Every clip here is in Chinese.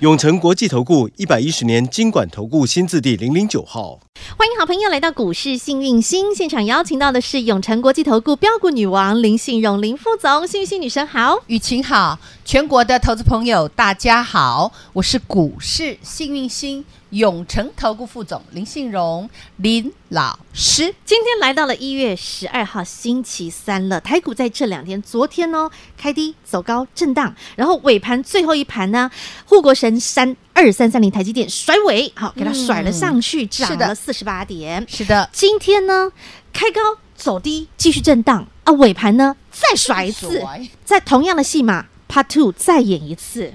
永诚国际投顾一百一十年经管投顾新字第零零九号，欢迎好朋友来到股市幸运星现场，邀请到的是永诚国际投顾标股女王林信荣林副总，幸运星女神好。雨晴好，全国的投资朋友大家好，我是股市幸运星永诚投顾副总林信荣林老师。今天来到了一月十二号星期三了，台股在这两天，昨天呢开低走高震荡，然后尾盘最后一盘呢，护国神山二三三零台积电甩尾，好给它甩了上去，涨嗯是的了四十八点。是的，今天呢开高走低，继续震荡啊，尾盘呢再甩一次，甩在同样的戏码 Part Two 再演一次。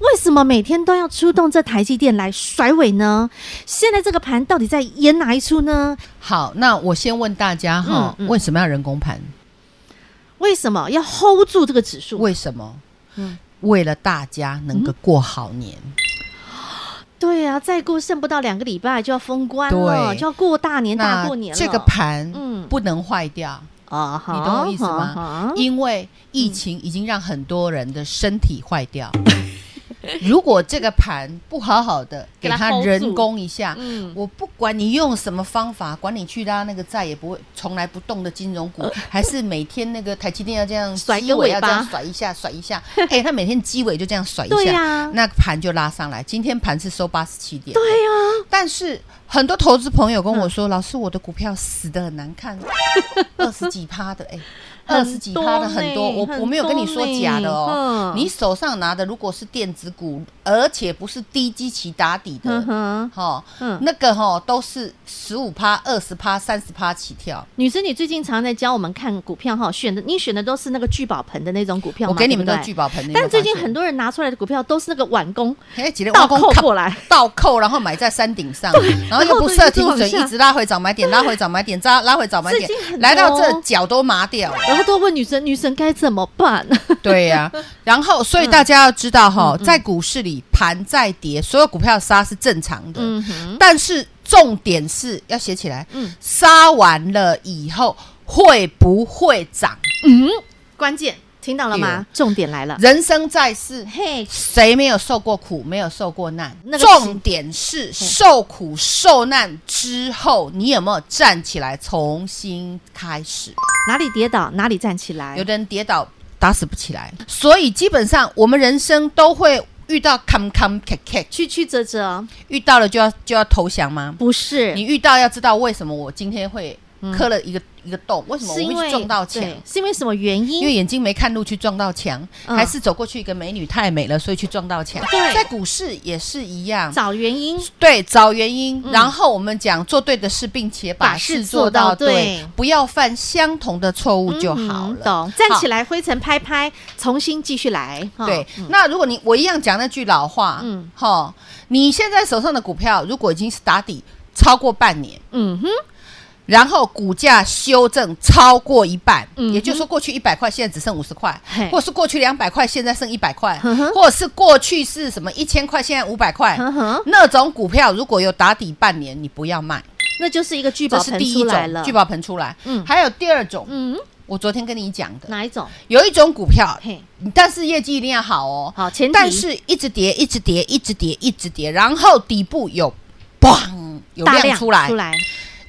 为什么每天都要出动这台积电来甩尾呢？现在这个盘到底在演哪一出呢？好，那我先问大家哈，嗯嗯为什么要人工盘？为什么要 hold 住这个指数？为什么？嗯为了大家能够过好年，对啊，再过剩不到两个礼拜就要封关了，对就要过大年大过年了。这个盘嗯不能坏掉，啊哈，你懂我意思吗哈？因为疫情已经让很多人的身体坏掉。如果这个盘不好好的给给它它 hold 住人工一下，嗯我不管你用什么方法，管你去拉那个再也不会从来不动的金融股，还是每天那个台积电要这样呃甩一个鸡尾尾要巴这样甩一下甩一下， 哎，它每天鸡尾就这样甩一对下，呀，那盘就拉上来。今天盘是收八十七点，对呀，嗯但是很多投资朋友跟我说，老师，我的股票死的很难 看，二十几趴的，哎、二十几趴的很多，很多我呢我没有跟你说假很的多呢哦嗯。你手上拿的如果是电子股，而且不是低基期打底的嗯，哼，哈、嗯那个哈、都是十五趴、二十趴、三十趴起跳。女生，你最近常在教我们看股票哈，选的你选的都是那个聚宝盆的那种股票嘛，我给你们哦对的不对聚宝盆，但最近很多多人拿出来的股票都是那个晚工哎，几天倒挖空扣卡过来，倒扣，然后买在山顶上，然后又然后不设一直停往损，下一直拉回涨买点，拉回涨买点，拉拉回涨买点最近很，来到多这脚都麻掉了。然后啊都问女生，女生该怎么办？对呀、然后所以大家要知道嗯哈、在股市里盘在跌，所有股票杀是正常的，嗯哼，但是重点是要写起来，嗯杀完了以后会不会涨？关键听到了对 吗了？重点来了，人生在世，嗯嘿，谁没有受过苦，没有受过难？那个是嗯重点是受苦受难之后，你有没有站起来重新开始？哪里跌倒哪里站起来有，的人跌倒打死不起来，所以基本上我们人生都会遇到 come come c a c 曲曲折折，遇到了就要就要投降吗？不是你，遇到要知道为什么我今天会磕了一个、一个洞，为什么我嗯是因会去为撞到墙？对是因为什么原因为因？眼睛没看路去撞到墙，嗯还是走过去一个美女太美了，所以去撞到墙。对在股市也是一样。找原因，对，找原因，然后我们讲做对的事，并且嗯把把事事做做到到对对，不要犯相同的错误就嗯好了。懂，站好起来，灰尘拍拍，重新继续来。哈对，那如果你我一样讲那句老话，嗯嗯，哈，你现在手上的股票如果已经是打底超过半年，嗯哼，然后股价修正超过一半，嗯哼也就是说过去一百块现在只剩五十块嘿，或是过去两百块现在剩一百块，嗯哼或者是过去是什么一千块现在五百块，嗯哼，那种股票如果有打底半年，你不要卖，那就是一个聚这宝是盆第出一来了种聚，宝盆出来。嗯还有第二种，嗯，我昨天跟你讲的，哪一种？有一种股票嘿，但是业绩一定要好哦，好，前提但是一直跌，一直跌，一直跌，一直跌，然后底部有嘣有大量出来出。来，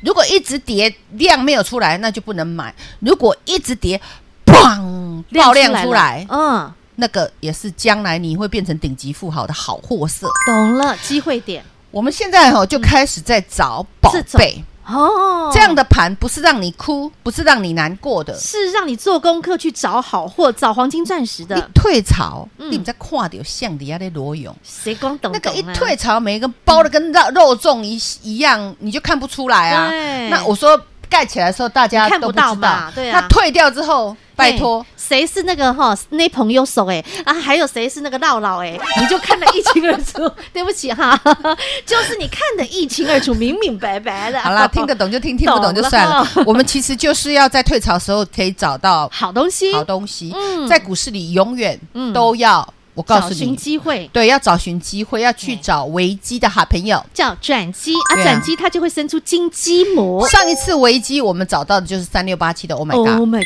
如果一直跌量没有出来，那就不能买；如果一直跌，嘣爆量出来了，嗯，那个也是将来你会变成顶级富豪的好货色。懂了，机会点我们现在哦就开始在找宝这贝，哦，这样的盘不是让你哭，不是让你难过的。是让你做功课去找好货，找黄金钻石一的，退潮，嗯你们在看到像底下的裸泳。谁光懂那个一懂啊退潮，每一个包的跟肉肉粽一一样，你就看不出来啊对。那我说盖起来的时候，大家看都不知到道嘛对啊它退掉之后，拜托嘿，，谁是那个哈那朋友手哎、啊，还有谁是那个唠唠哎，你就看得一清二 楚。对不起哈，就是你看得一清二楚，明明白白的。好啦，听得懂就听，听不懂懂就算了了。我们其实就是要在退潮的时候可以找到好东西，好东西，嗯在股市里永远嗯都要，我告找诉寻你，机会。对，要找寻机会，要去对找危机的好朋友。叫转机啊，对啊转机它就会生出金鸡母。上一次危机我们找到的就是三六八七的，Oh my Oh god， my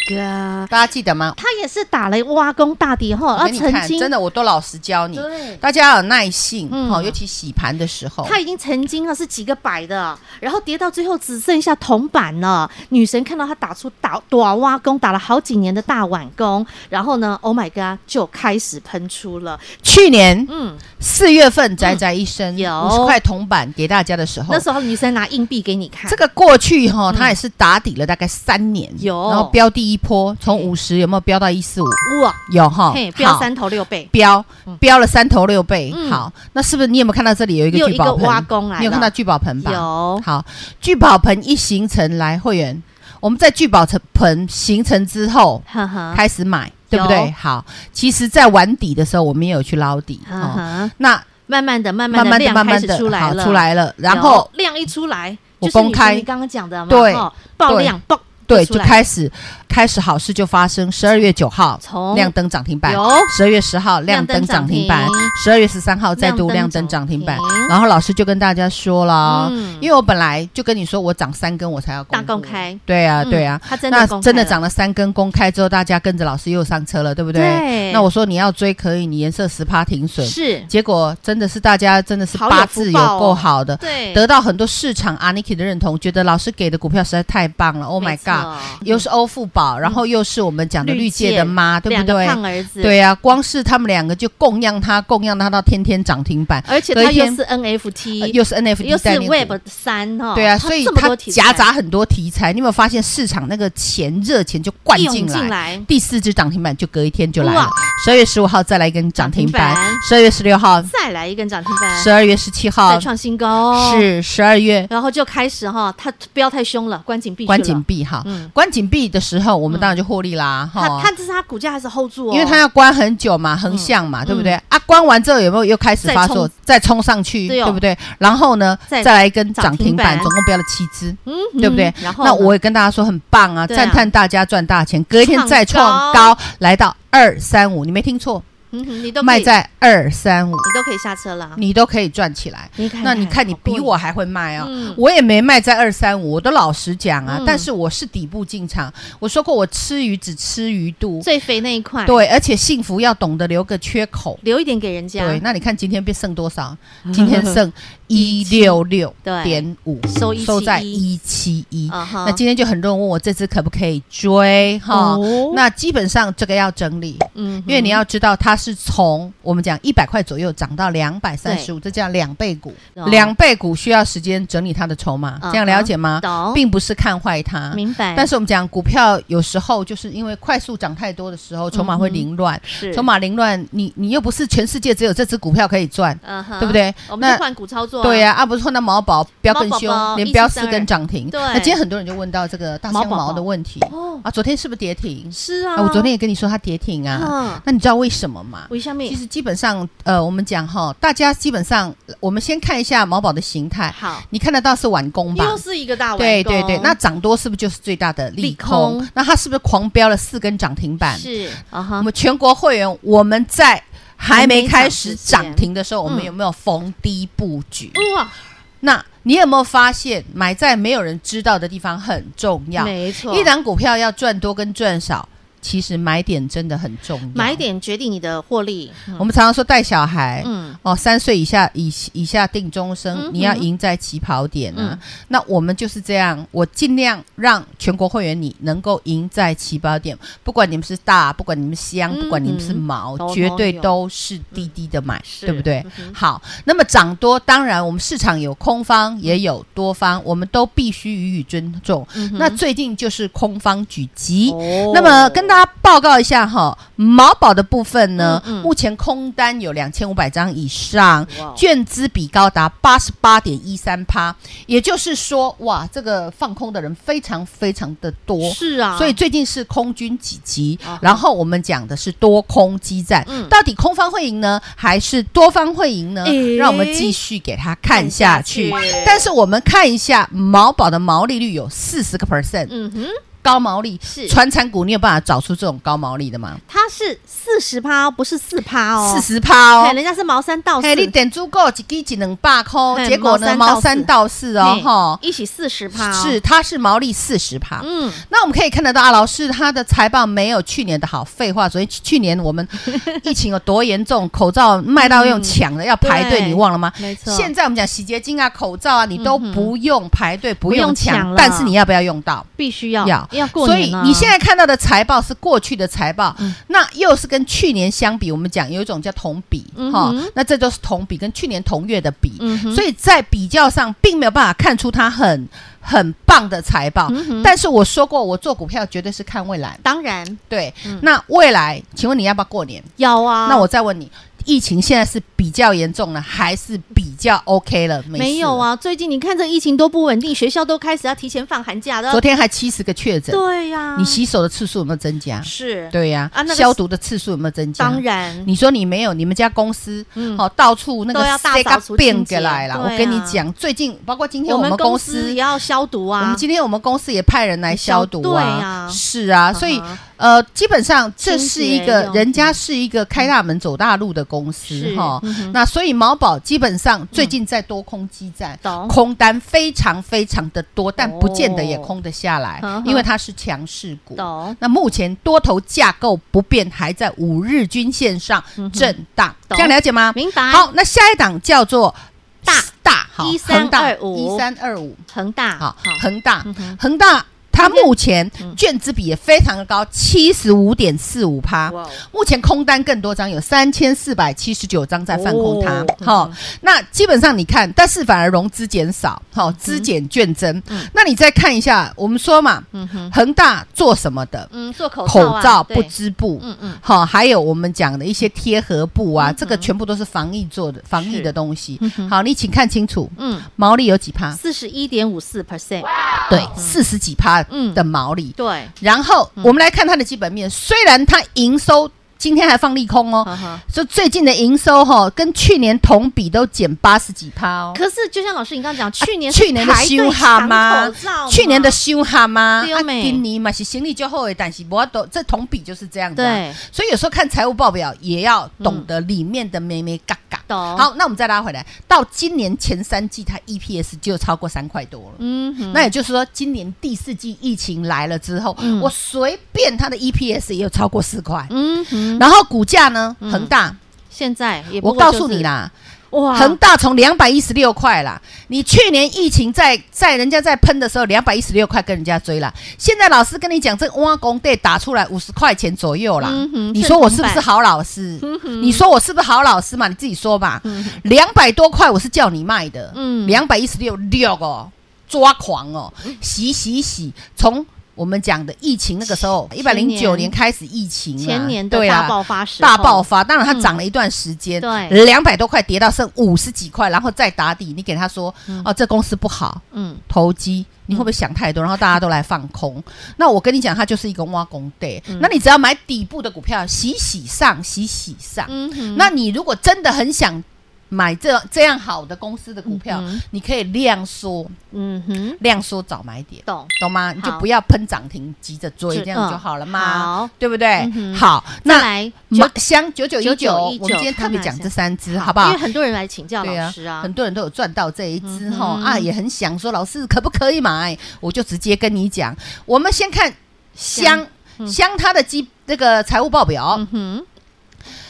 god！大家记得吗？他也是打了挖工大敌后，我啊，给你曾看，经真的我都老实教你，对大家要有耐性，哦嗯好，尤其洗盘的时候，他已经曾经啊是几个百的，然后跌到最后只剩下铜板了。女神看到他打出打短挖工，打了好几年的大碗工，然后呢，Oh my god，就开始喷出了。去年嗯，四月份宅宅一生有五十块铜板给大家的时候那，时候女生拿硬币给你看，这个过去哈，它也是打底了大概三年，有然后飙第一波，从五十有没有飙到一四五？哇，有哈嘿，，飙哦好三头六倍，飙飙了三头六倍。嗯好，那是不是你有没有看到这里有一个又聚一个宝盆？挖工来了你有看到聚宝盆吧？有好，聚宝盆一形成，来会员，我们在聚宝盆形成之后哈哈，开始买，对不有对？好，其实，在玩底的时候，我们也有去捞底。哈哦哈，那慢慢的、慢慢的慢的、量慢开慢始的，出来好了，出来了，然后有量一出来，我就是公开你刚刚讲的嘛，对哦爆对量爆，对，出就来开始开始好事就发生。十二月九号从亮灯涨停板有，十二月十号亮亮灯灯涨涨停停板，十二月十三号再度亮亮灯灯涨涨停停板。然后老师就跟大家说了，嗯因为我本来就跟你说我涨三根我才要公布大公。开，对啊，嗯对啊，它真的那公开真的了涨了三根，公开之后大家跟着老师又上车了，对不对？对那我说你要追可以，你颜色十趴停损，是，结果真的是大家真的是好有八福字有报哦够好的，对，得到很多市场阿 Niki 的认同，觉得老师给的股票实在太棒了。Oh my 没 god！错嗯又是欧富宝，然后又是我们讲的绿绿界界的妈，啊对不两个对？胖儿子，对啊，光是他们两个就供养他，供养他到天天涨停板，而且隔一它又天是呃 NFT，又是 NFT 又概是念股 Web 三哦，对啊，它所以这么它多题材夹杂很多题材。你有没有发现市场那个钱热钱就灌涌进来？进来，第四只涨停板就隔一天就来了哇，十二月十五号再来一根涨停板涨停板，十二月十六号、再来一根涨停十板，二月十七再号创哦新高，，啊是十二月然后就开始哈，它不要太凶了，关紧闭去了，关紧闭哈嗯，关紧闭的时候我们当然就获利啦它哈它，这是它股价还是 hold 住哦，啊因为它要关很久嘛，横向嗯嘛，对不对？啊，关完之后有没有又开始发作，再冲上去，对哦对不对？然后呢，再再来一根涨涨停停板，板总共标了七只，嗯，对不对嗯？然后那我也跟大家说很棒啊，对啊赞叹大家赚大钱，隔一天再创创高，来到二三五，你没听错，嗯哼你都可以卖在二三五，你都可以下车了啊，你都可以赚起来。你看那你看，你好过比瘾我还会卖啊！嗯我也没卖在二三五，我都老实讲啊。嗯但是我是底部进场，我说过我吃鱼只吃鱼肚，最肥那一块，，对，而且幸福要懂得留个缺口。留一点给人家，对，那你看今天变剩 多少？今天剩一六六点五，收171收在一七一。啊哈那今天就很多人问我这只可不可以追哈？哦那基本上这个要整理，嗯哼，因为你要知道，它是从我们讲一百块左右涨到两百三十五，这叫两倍股。哦两倍股需要时间整理它的筹码，嗯这样了解吗？懂并不是看坏它。明白，但是我们讲股票有时候就是因为快速涨太多的时候，筹码会凌乱。嗯是筹，码凌乱，你你又不是全世界只有这只股票可以赚，嗯哼对不？对？我们那就换股操作，对呀，啊，不是说那毛宝标更毛凶宝宝，连标四1332根涨停。对那今天很多人就问到这个大毛香宝宝毛的问题哦，啊，昨天是不是跌停？是啊啊，，我昨天也跟你说它跌停啊，嗯，那你知道为什么吗？为什么？其实基本上，呃，我们讲哈，大家基本上，呃我们先看一下毛宝的形态，好，你看得到是完工吧？又是一个大完对对工对，那涨多是不是就是最大的利利空空？那它是不是狂飙了四根涨停板？是啊我哈，们全国会员，我们在还没开始涨停的时候，还我没们涨之前有没有逢低布局？哇，那你有没有发现，买在没有人知道的地方很重要？没错，一档股票要赚多跟赚少，其实买点真的很重要。买，点决定你的获利，我们常常说带小孩。嗯，哦，三岁以下以以下定终嗯生，哼你要赢在起跑点啊！嗯那我们就是这样，我尽量让全国会员你能够赢在起跑点，不管你们是大，不管你们香，嗯不管你们是毛，都绝对都有都是滴滴的买，是对不对？嗯哼好，那么涨多，当然我们市场有空方也有多方，我们都必须予以尊重。嗯哼那最近就是空方狙击。哦那么跟大大家报告一下哈，毛宝的部分呢，嗯嗯目前空单有两千五百张以上哇，哦券资比高达八十八点一三趴，也就是说，哇，这个放空的人非常非常的多。是啊，所以最近是空军几级啊哈，然后我们讲的是多空激战嗯，到底空方会赢呢，还是多方会赢呢诶？让我们继续给它看下去看下去。但是我们看一下毛宝的毛利率有四十个 percent 嗯哼，高毛利，是传产股，你有办法找出这种高毛利的吗？它是四十趴，不是四趴哦，四十趴嘿哦。人家是毛三到四嘿，，你点足够一支一两百块，嘿结果呢，毛毛三三到到四哦，一起四十趴，哈，是，它是毛利四十趴，嗯，那我们可以看得到，啊，老师他的财报没有去年的好。废话，所以去年 我们疫情有多严重，口罩卖到用抢的，要排队，嗯对你忘了吗？没错，现在我们讲洗洁精啊、口罩啊，你都嗯哼不用排队，不用用抢抢了，但是你要不要用到？必须要要要过所年啊了，以你现在看到的财报是过去的财报嗯，那又是跟去年相比，我们讲有一种叫同比嗯哈哼，那这就是同比跟去年同月的比，嗯哼所以在比较上并没有办法看出它很很棒的财报。嗯哼但是我说过，我做股票绝对是看未来。当然对，那未来，请问你要不要过年？要嗯啊，那我再问你，疫情现在是比较严重了，还是比较 OK 了？没事没有啊，最近你看这疫情多不稳定，学校都开始要提前放寒假了。的昨，天还七十个确诊，对啊呀，你洗手的次数有没有增加？是对呀、啊那个消毒的次数有没有增加？当。然，你说你没有，你们家公司嗯哦，到处那个都要大扫除变清洁过来了。对啊我跟你讲，最近包括今天我们们公公司司也，要消毒我啊们，今天我们公司也派人来消毒消对啊啊，是啊，所以嗯哼呃，基本上这清是一洁个用人家品是一个开大门走大路的公司是哈嗯哼。那所以毛宝基本上最近在多空激战嗯懂，空单非常非常的多，但不见得也哦空得下来呵呵，因为它是强势股。懂那目前多头架构不变，还在五日均线上震荡，嗯懂这样了解吗？明白？好，，那下一档叫做大大好1325一三二五恒大，好恒大嗯哼恒大。它目前嗯券资比也非常的高，七十五点四五趴。哇哦目前空单更多张，有三千四百七十九张在放空它哦。好、那基本上你看，但是反而融资减少，好、嗯资减券增。那你再看一下，我们说嘛，嗯哼，恒大做什么的？嗯，做口罩口啊罩、对不织布，嗯嗯，好、还有我们讲的一些贴合布啊，嗯这个全部都是防疫做的，防疫的东西嗯哼。好，你请看清楚，嗯，毛利有几趴？四十一点五四 percent，对，四十几趴嗯的毛利。对，然后我们来看它的基本面，虽然它营收今天还放利空呵哦，呵所以最近的营收哈、跟去年同比都减八十几趴哦。可是就像老师你刚刚讲，去年啊去年的修哈吗嘛，去年的修哈吗？啊对哦妹今年嘛是行李就后悔，但是我都这同比就是这样的、啊。对，所以有时候看财务报表也要懂得里面的咩咩嘎嘎。懂好，那我们再拉回来，到今年前三季，它 EPS 就超过三块多了。嗯哼，那也就是说，今年第四季疫情来了之后，嗯我随便它的 EPS 也有超过四块。嗯哼，然后股价呢，恒大，现在也不我过告就诉是你，啦，哇，恒大从两百一十六块啦，你去年疫情在在人家在喷的时候，两百一十六块跟人家追啦。现在老师跟你讲，这挖工队打出来五十块钱左右啦嗯，哼嗯你说我是不是好老师？你说我是不是好老师嘛？你自己说吧。两百多块我是叫你卖的，嗯两百一十六六哦，抓狂哦，洗洗洗，从。我们讲的疫情那个时候，一百零前九年年开始疫情啊，前年的对啊大爆发时候大爆发，当然它涨了一段时间，嗯两百多块跌到剩五十几块，然后再打底，你给他说、哦，这公司不好，嗯，投机，你会不会想太多？然后大家都来放空。那我跟你讲，它就是一个挖工 day，、那嗯你只要买底部的股票，洗洗上，洗洗上。嗯哼那你如果真的很想买这这样好的公司的股票，嗯哼你可以量缩，嗯哼，量缩早买点。懂，懂吗？你就好不要喷涨停，急着追，是这样嗯就好了好嘛，对不对嗯哼？好，再那来马九香九九一九，9919我们今天特别讲这三只，好不因好为？很多人来请教对老师啊很，多人都有赚到这一只哈、嗯哼啊，也很想说老师可不可以买？我就直接跟你讲，我们嗯先看香香它的基那个财务报表，嗯哼，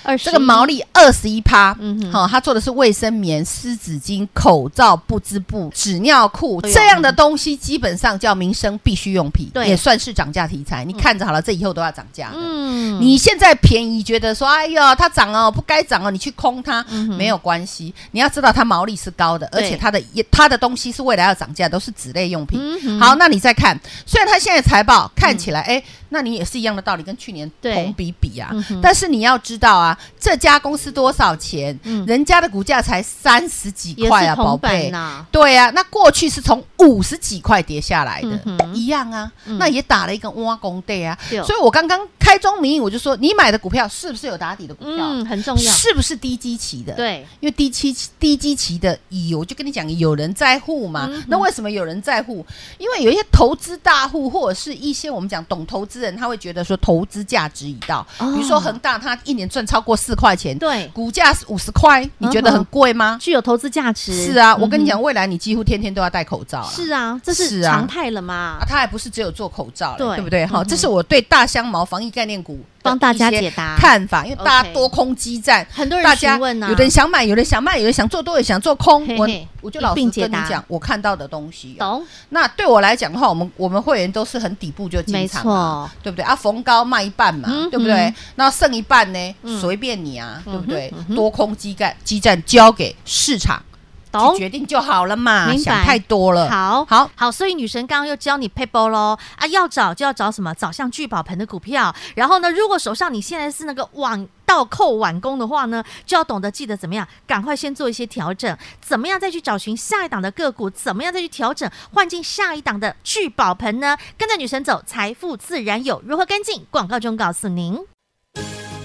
二十嗯这个毛利二十一趴，嗯哼好、他做的是卫生棉、湿纸巾、口罩、布织布、纸尿裤、哎呦这样的东西，基本上叫民生必需用品，对也算是涨价题材。你看着好了，这以后都要涨价的。嗯，你现在便宜，觉得说，哎呦，它涨哦，不该涨哦，你去空它、嗯哼没有关系。你要知道它毛利是高的，而对且它的也它的东西是未来要涨价，都是纸类用品。嗯哼嗯好，那你再看，虽然它现在财报看起来，哎、那你也是一样的道理，跟去年对同比比啊嗯哼。但是你要知道啊，这家公司多少钱？嗯人家的股价才三十几也块是啊，宝铜贝板。呐，对啊，那过去是从五十几块跌下来的，嗯哼一样啊，嗯那也打了一个挖工队啊。对哦所以我刚刚开宗明义，我就说，你买的股票是不是有打底的股票？嗯，很重要，是不是低基期的？，对，因为低基低基期的有，我就跟你讲，有人在乎嘛。嗯哼那为什么有人在乎？因为有一些投资大户或者是一些我们讲懂投资人，他会觉得说投资价值已到。哦比如说恒大，它一年赚超过四块钱，对股价五十块，你觉得很贵吗？具有投资价值。是啊，我跟你嗯讲，未来你几乎天天都要戴口罩哼，了。是啊，这是是啊常态了嘛啊，？它还不是只有做口罩嘞，对对不对？嗯好，哼这是我对大香茅防疫概念股帮大家解答，答看法，因为大家 OK 多空激战，很多大人家询问啊，有的人想买，有的人想卖，有人想做多，有人想做空嘿。我嘿我就一老实并跟解你答讲，我看到的东西哦。懂，那对我来讲的话，我们我们会员都是很底部就没进场啊，错，对不对？啊，逢高卖一半嘛嗯哼，对不对？那剩一半呢嗯，随便你啊，对嗯哼不对嗯哼？多空激战激战交给市场去懂。决定就好了嘛，明白想太多了。好好，好，所以女神刚刚又教你 p a p e 喽啊，要找就要找什么？找像聚宝盆的股票。然后呢，如果手上你现在是那个网倒扣晚工的话呢，就要懂得记得怎么样，赶快先做一些调整，怎么样再去找寻下一档的个股，怎么样再去调整换进下一档的聚宝盆呢？跟着女神走，财富自然有。如何跟进？广告中告诉您。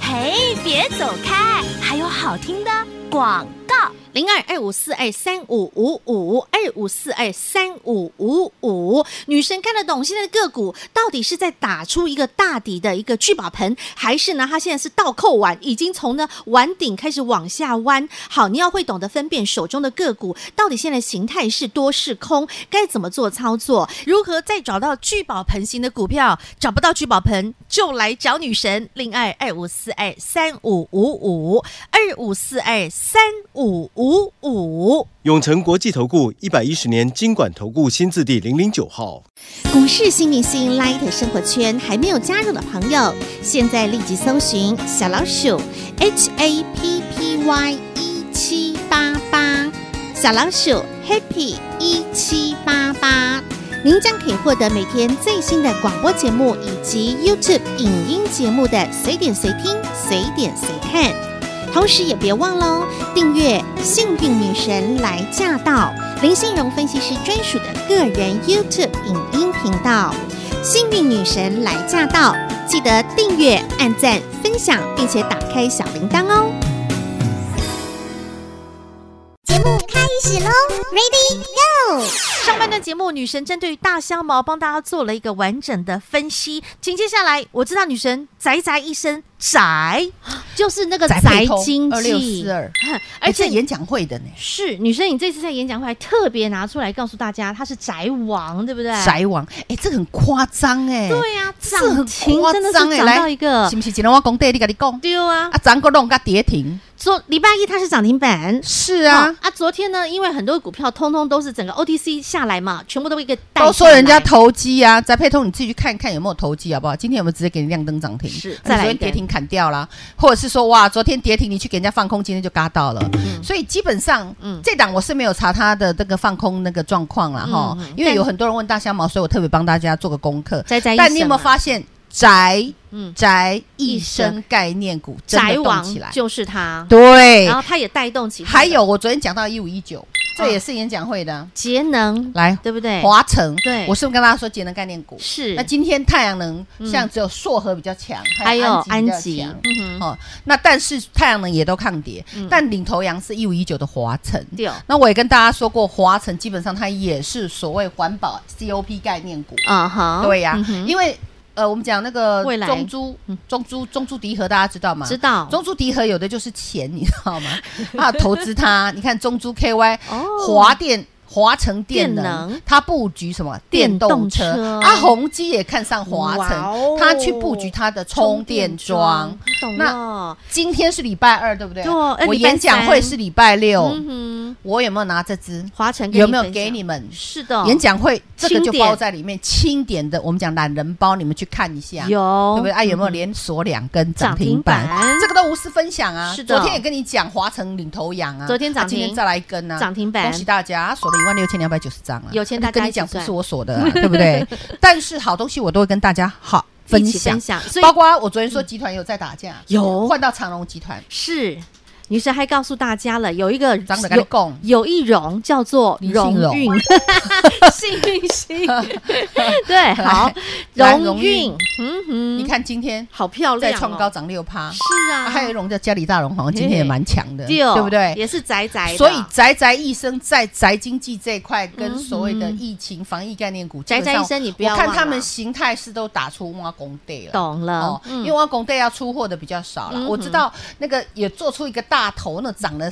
嘿，别走开，还有好听的广告。零二哎二五四二三五五五二五四二三五五五，女生看得懂现在的个股到底是在打出一个大底的一个聚宝盆，还是呢？它现在是倒扣完，已经从呢碗顶开始往下弯。好，你要会懂得分辨手中的个股到底现在形态是多是空，该怎么做操作，如何再找到聚宝盆型的股票，找不到聚宝盆就来找女神零二二五四二三五五五。二五四二三五五五。永诚国际投顾一百一十年金管投顾新字第零零九号。股市新明星 Light 生活圈还没有加入的朋友，现在立即搜寻小老鼠 HAPPY 一七八八，小老鼠 Happy 一七八八，您将可以获得每天最新的广播节目以及 YouTube 影音节目的随点随听、随点随看。同时也别忘喽，订阅《幸运女神来驾到》林信荣分析师专属的个人 YouTube 影音频道《幸运女神来驾到》，记得订阅、按赞、分享，并且打开小铃铛哦。上半段节目，女神针对于大香茅帮大家做了一个完整的分析。紧接下来，我知道女神宅宅一身宅， 就是那个宅宅配通经济， 2642 而而且且演讲会的呢，是女生，你这次在演讲会还特别拿出来告诉大家，她是宅王，对不对？宅王，哎，这很夸张哎，对呀、这很涨停夸真的张是欸涨来到一个是不是？只能我讲对，你跟你讲，丢啊！啊，咱个弄个跌停，昨礼拜一它是涨停板。是啊哦，啊！昨天呢，因为很多股票通通都是整个 OTC 下来嘛，全部都一个带都说人家下来投机啊，翟配通你自己去看看有没有投机好不好？今天有没有直接给你亮灯涨停？是啊你再来昨一天根跌停砍掉啦，或者是说哇，昨天跌停你去给人家放空，今天就嘎到了。所以基本上，嗯这档我是没有查他的这个放空那个状况啦。哈、嗯嗯因为有很多人问大香茅，所以我特别帮大家做个功课。宅宅一但你有生没有啊发现宅嗯宅一生生概念股真的宅动王起来？就是它，对然，后它也带动起还有我昨天讲到一五一九，这也是演讲会的啊。节能，来，对不嗯对？华城，对我是不是跟大家说节能概念股？是那，今天太阳能嗯像只有硕和比较强，还有安安吉，吉比较嗯强。哼，哦，那但是太阳能也都抗跌，嗯但领头羊是一五一九的华晨。对哦那我也跟大家说过，华晨基本上它也是所谓环保 COP 概念股。啊哈，对呀、嗯哼因为呃，我们讲那个未来中珠、中珠、中珠迪和，大家知道吗？知道中珠迪和 有的就是钱，你知道吗？啊，投资它，你看中珠 KY 哦华电。华城电能，电能它布局什么电电动动车？车啊，宏基也看上华哇哦城，它去布局它的充电桩。，懂那了。今天是礼拜二，对不对？对哦呃我礼拜演讲会三是礼拜六，嗯哼，我有没有拿这支？华晨跟有没有分享哦给你？们是的，演讲会？这个清就点包在里面，清点的，我们讲懒人包，你们去看一下。有嗯对不对？啊，有没有连锁两根涨停涨板停板？这个都无私分享啊。嗯是的昨天也跟你讲华城领头羊啊，昨天涨啊今天停再来一根啊，涨停板恭喜大家，啊锁了一万六千两百九十张啊。有钱啊大家跟你一起讲不赚是我 锁的啊，对不对？但是好东西我都会跟大家好分一起享分，享，所以嗯包括我昨天说集团有在打架，有换到长隆集团，是女神还告诉大家了，有一个长得跟你有共。有一荣叫做林信荣荣 运，幸运星，对， 好，来荣荣运运，嗯哼，你看今天好漂在亮哦，创高涨六趴，是啊啊，还有一种叫嘉里大荣，好像今天也蛮强的，对哦对不对？也是宅宅的，所以宅宅医生在宅经济这一块，跟嗯所谓的疫情防疫概念股，宅宅基本上医生你不要我看忘了他们形态是都打出挖工队了。懂了嗯哦，，因为挖工队要出货的比较少了嗯。哼我知道那个也做出一个大头，那涨了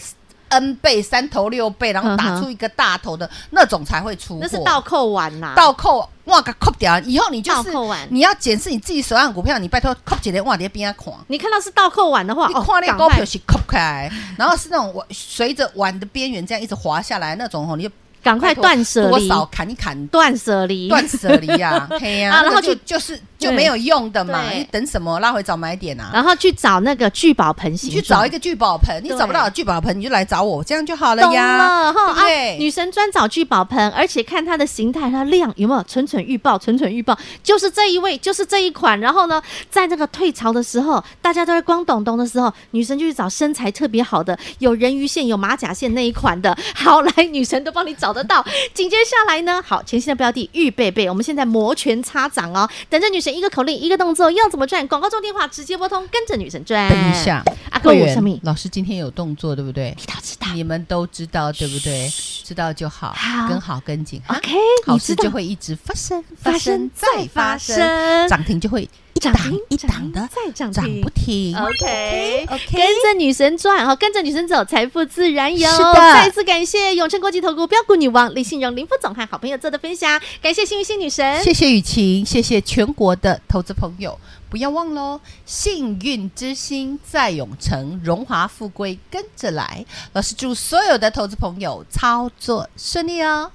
N 倍、三头六倍，然后打出一个大头的那种才会出货。嗯那是倒扣完呐，倒扣哇个扣掉，以后你就是倒扣完你要检视你自己手上的股票，你拜托扣几连哇，你在边上看。你看到是倒扣完的话，你哦看那赶个股快票是扣开，然后是那种我随着碗的边缘这样一直滑下来那种吼，你就赶快断舍多离，少砍一 砍，断舍离，断舍离呀，嘿呀，啊那个然后就就就是就没有用的嘛，对你等什么拉回找买点啊？然后去找那个聚宝盆你形去状，找一个聚宝盆，你对找不到聚宝盆，你就来找我，这样就好了懂呀，了哈对不啊！对女神专找聚宝盆，而且看它的形态、它量有没有蠢蠢欲爆，蠢蠢欲爆，就是这一位，就是这一款。然后呢，在这个退潮的时候，大家都在光懂懂的时候，女神就去找身材特别好的，有人鱼线、有马甲线那一款的。好，来，女神都帮你找得到。紧接下来呢，好，全新的标的预备备，我们现在摩拳擦掌哦，等着女神一个口令一个动作，要怎么赚？广告中电话直接拨通，跟着女神赚。等一，下，啊，跟我上面，老师今天有动作对不对？你都知道你们都知道对不对？知道就好好，跟好跟紧， ，OK，好你事知道就。会一直发生，发生再发生，涨停就会一嗯涨档停一档的再涨涨停不停。 OK OK，跟着女神转，好，跟着女神走，财富自然有。是的再次感谢永诚国际投顾标股女王李信荣林副总和好朋友做的分享，感谢幸运星女神。谢谢雨晴，谢谢全国的投资朋友，不要忘喽！幸运之星在永城，荣华富贵跟着来。老师祝所有的投资朋友操作顺利哦。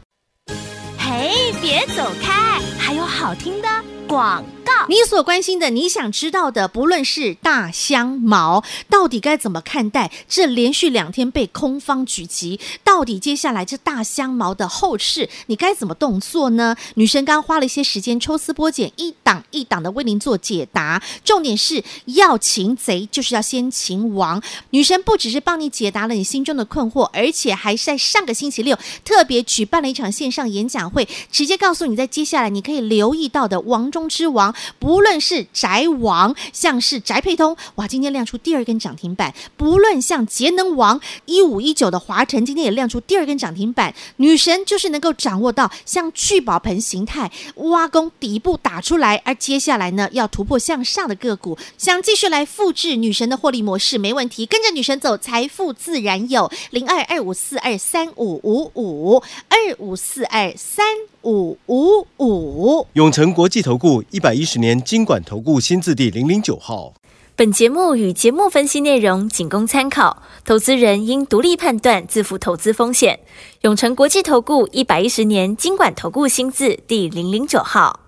嘿，别走开，还有好听的广告。你所关心的，你想知道的，不论是大香茅到底该怎么看待这连续两天被空方狙击，到底接下来这大香茅的后市你该怎么动作呢？女生刚花了一些时间抽丝剥茧，一档一档的为您做解答。重点是要擒贼，就是要先擒王。女神不只是帮你解答了你心中的困惑，而且还在上个星期六特别举办了一场线上演讲会，直接告诉你在接下来你可以留意到的王中之王，不论是宅王，像是宅配通，哇，今天亮出第二根涨停板；不论像节能王一五一九的华晨，今天也亮出第二根涨停板。女神就是能够掌握到像聚宝盆形态、挖工底部打出来，而接下来呢要突破向上的个股，想继续来复制女神的获利模式，没问题，跟着女神走，财富自然有。零二二五四二三五五五二五四二三五五五。永诚国际投顾一百一十年金管投顾新字第零零九号。本节目与节目分析内容仅供参考，投资人应独立判断，自负投资风险。永诚国际投顾一百一十年经管投顾新字第零零九号。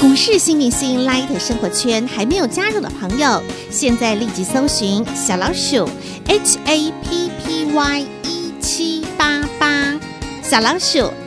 股市新明星 Light 生活圈还没有加入的朋友，现在立即搜寻小老鼠 HAPPY 一 E 七八八，小老鼠